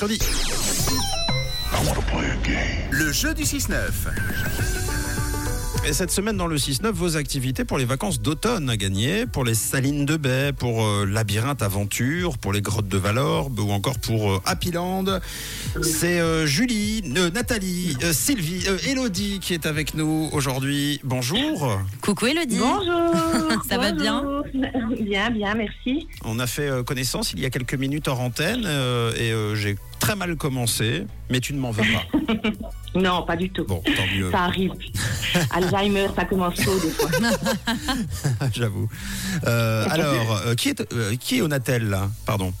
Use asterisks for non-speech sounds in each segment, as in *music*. Tandis. Le jeu du 6-9. Et cette semaine dans le 6-9, vos activités pour les vacances d'automne à gagner, pour les salines de baie, pour euh, Labyrinthe Aventure, pour les grottes de Valorbe ou encore pour euh, Happy Land. C'est euh, Julie, euh, Nathalie, euh, Sylvie, euh, Élodie qui est avec nous aujourd'hui. Bonjour. Coucou Elodie. Bonjour. *laughs* Ça va bonjour. Bien, bien, merci. On a fait euh, connaissance il y a quelques minutes en antenne euh, et euh, j'ai très mal commencé, mais tu ne m'en veux pas. Non, pas du tout. Bon, euh. tant mieux. Ça arrive. Alzheimer, ça commence tôt des fois. *laughs* J'avoue. Euh, alors, euh, qui, est, euh, qui est au Natel, là Pardon.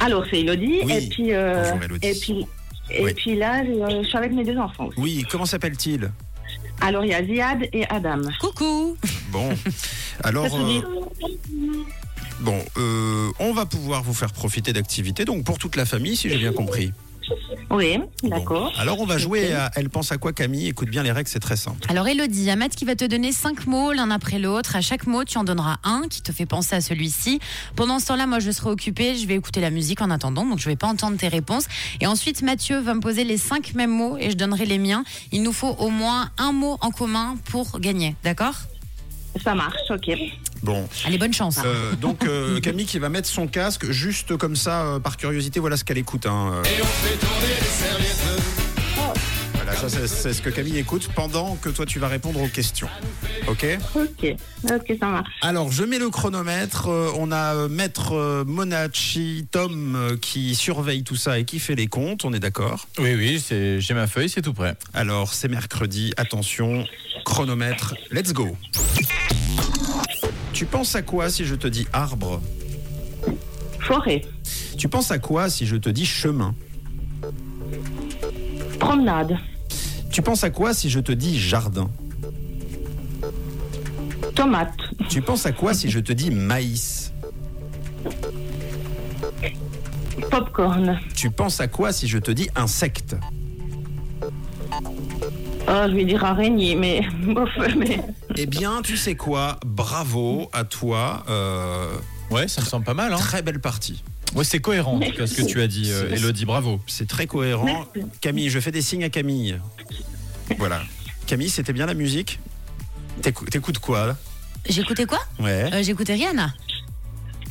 Alors, c'est Elodie. Oui. Et puis, euh, Bonjour, Élodie. Et puis, et Oui. puis là, je, je suis avec mes deux enfants. aussi. Oui, comment s'appelle-t-il Alors, il y a Ziad et Adam. Coucou. Bon. Ça *laughs* Alors, se dit euh, bon, euh, on va pouvoir vous faire profiter d'activités, donc pour toute la famille, si j'ai bien compris. Oui, Bon. d'accord. Alors, on va jouer à Elle pense à quoi, Camille Écoute bien les règles, c'est très simple. Alors Elodie, Ahmed qui va te donner cinq mots l'un après l'autre. À chaque mot, tu en donneras un qui te fait penser à celui-ci. Pendant ce temps-là, moi, je serai occupée. Je vais écouter la musique en attendant, donc je vais pas entendre tes réponses. Et ensuite, Mathieu va me poser les cinq mêmes mots et je donnerai les miens. Il nous faut au moins un mot en commun pour gagner, d'accord Ça marche, ok. Bon. Allez, bonne chance. Euh, donc, euh, Camille qui va mettre son casque, juste comme ça, euh, par curiosité, voilà ce qu'elle écoute. hein. Et on fait tourner les serviettes. Voilà, ça, c'est c'est ce que Camille écoute pendant que toi, tu vas répondre aux questions. Ok Ok, ok, ça marche. Alors, je mets le chronomètre. Euh, on a euh, Maître euh, Monacci, Tom, euh, qui surveille tout ça et qui fait les comptes. On est d'accord Oui, oui, c'est- j'ai ma feuille, c'est tout prêt. Alors, c'est mercredi. Attention, chronomètre. Let's go. Tu penses à quoi si je te dis arbre Forêt, Tu penses à quoi si je te dis chemin promenade, Tu penses à quoi si je te dis jardin tomate, Tu penses à quoi si je te dis maïs popcorn. Tu penses à quoi si je te dis insecte Oh, je vais dire araignée, mais *laughs* bof, mais Eh bien, tu sais quoi Bravo à toi. euh, Ouais, ça me semble pas mal. Hein. très belle partie. Ouais, c'est cohérent en tout cas ce que tu as dit, euh, Elodie, bravo. C'est très cohérent. Camille, je fais des signes à Camille. Voilà. Camille, c'était bien la musique T'écou- T'écoutes quoi là J'écoutais quoi Ouais. Euh, J'écoutais Rihanna.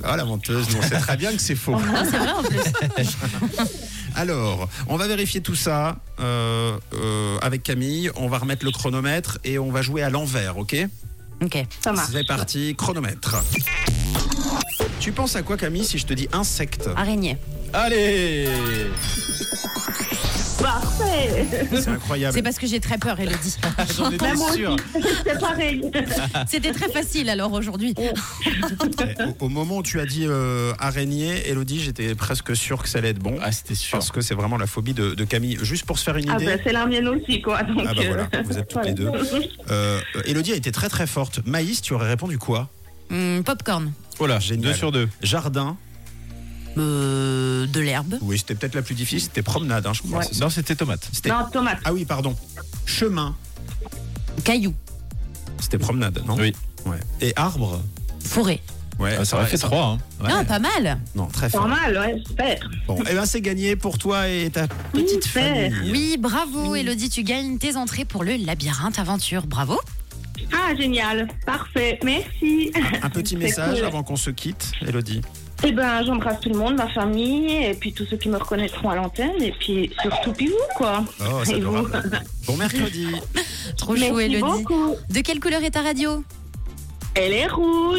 Ah la menteuse, on sait très bien que c'est faux. Ah, c'est vrai en plus. Alors, on va vérifier tout ça euh, euh, avec Camille. On va remettre le chronomètre et on va jouer à l'envers, ok Ok. ça marche. C'est parti, chronomètre. Tu penses à quoi Camille si je te dis insecte Ah, Araignée. Allez Parfait. C'est incroyable. C'est parce que j'ai très peur, *laughs* Elodie. J'en étais sûr. *laughs* C'est pareil. C'était très facile alors aujourd'hui. Eh, Au, au moment où tu as dit euh, araignée, Elodie, j'étais presque sûr que ça allait être bon. Ah, c'était sûr. Parce que c'est vraiment la phobie de, de Camille. Juste pour se faire une Ah idée, ben, c'est la mienne aussi, quoi. Donc, Ah bah voilà, euh, vous êtes toutes les deux. euh, Elodie a été très très forte. Maïs, tu aurais répondu quoi Hum, popcorn. Voilà, Génial. Oh deux sur deux. Jardin Euh, de l'herbe. Oui, c'était peut-être la plus difficile, c'était promenade, hein, je crois. Ouais. c'est ça Non, c'était tomate. C'était- Non, tomate. Ah oui, pardon. Chemin, Caillou. c'était promenade, non Oui. Ouais. Et arbre Forêt. Ouais, Ah, ça aurait fait ça- trois. Hein. Ouais. Non, pas mal. Non, très fort. Normal, ouais, super. Bon, eh ben c'est gagné pour toi et ta petite Super. famille. Oui, bravo, Elodie, tu gagnes tes entrées pour le labyrinthe aventure. Bravo. Ah, génial, parfait, merci. *laughs* Un petit C'est message cool. avant qu'on se quitte, Elodie. Eh ben, j'embrasse tout le monde, ma famille, et puis tous ceux qui me reconnaîtront à l'antenne, et puis surtout puis vous, quoi. Oh, c'est Et vous adorable. Bon mercredi. Trop chou, Merci Elodie. beaucoup. De quelle couleur est ta radio Elle est rouge.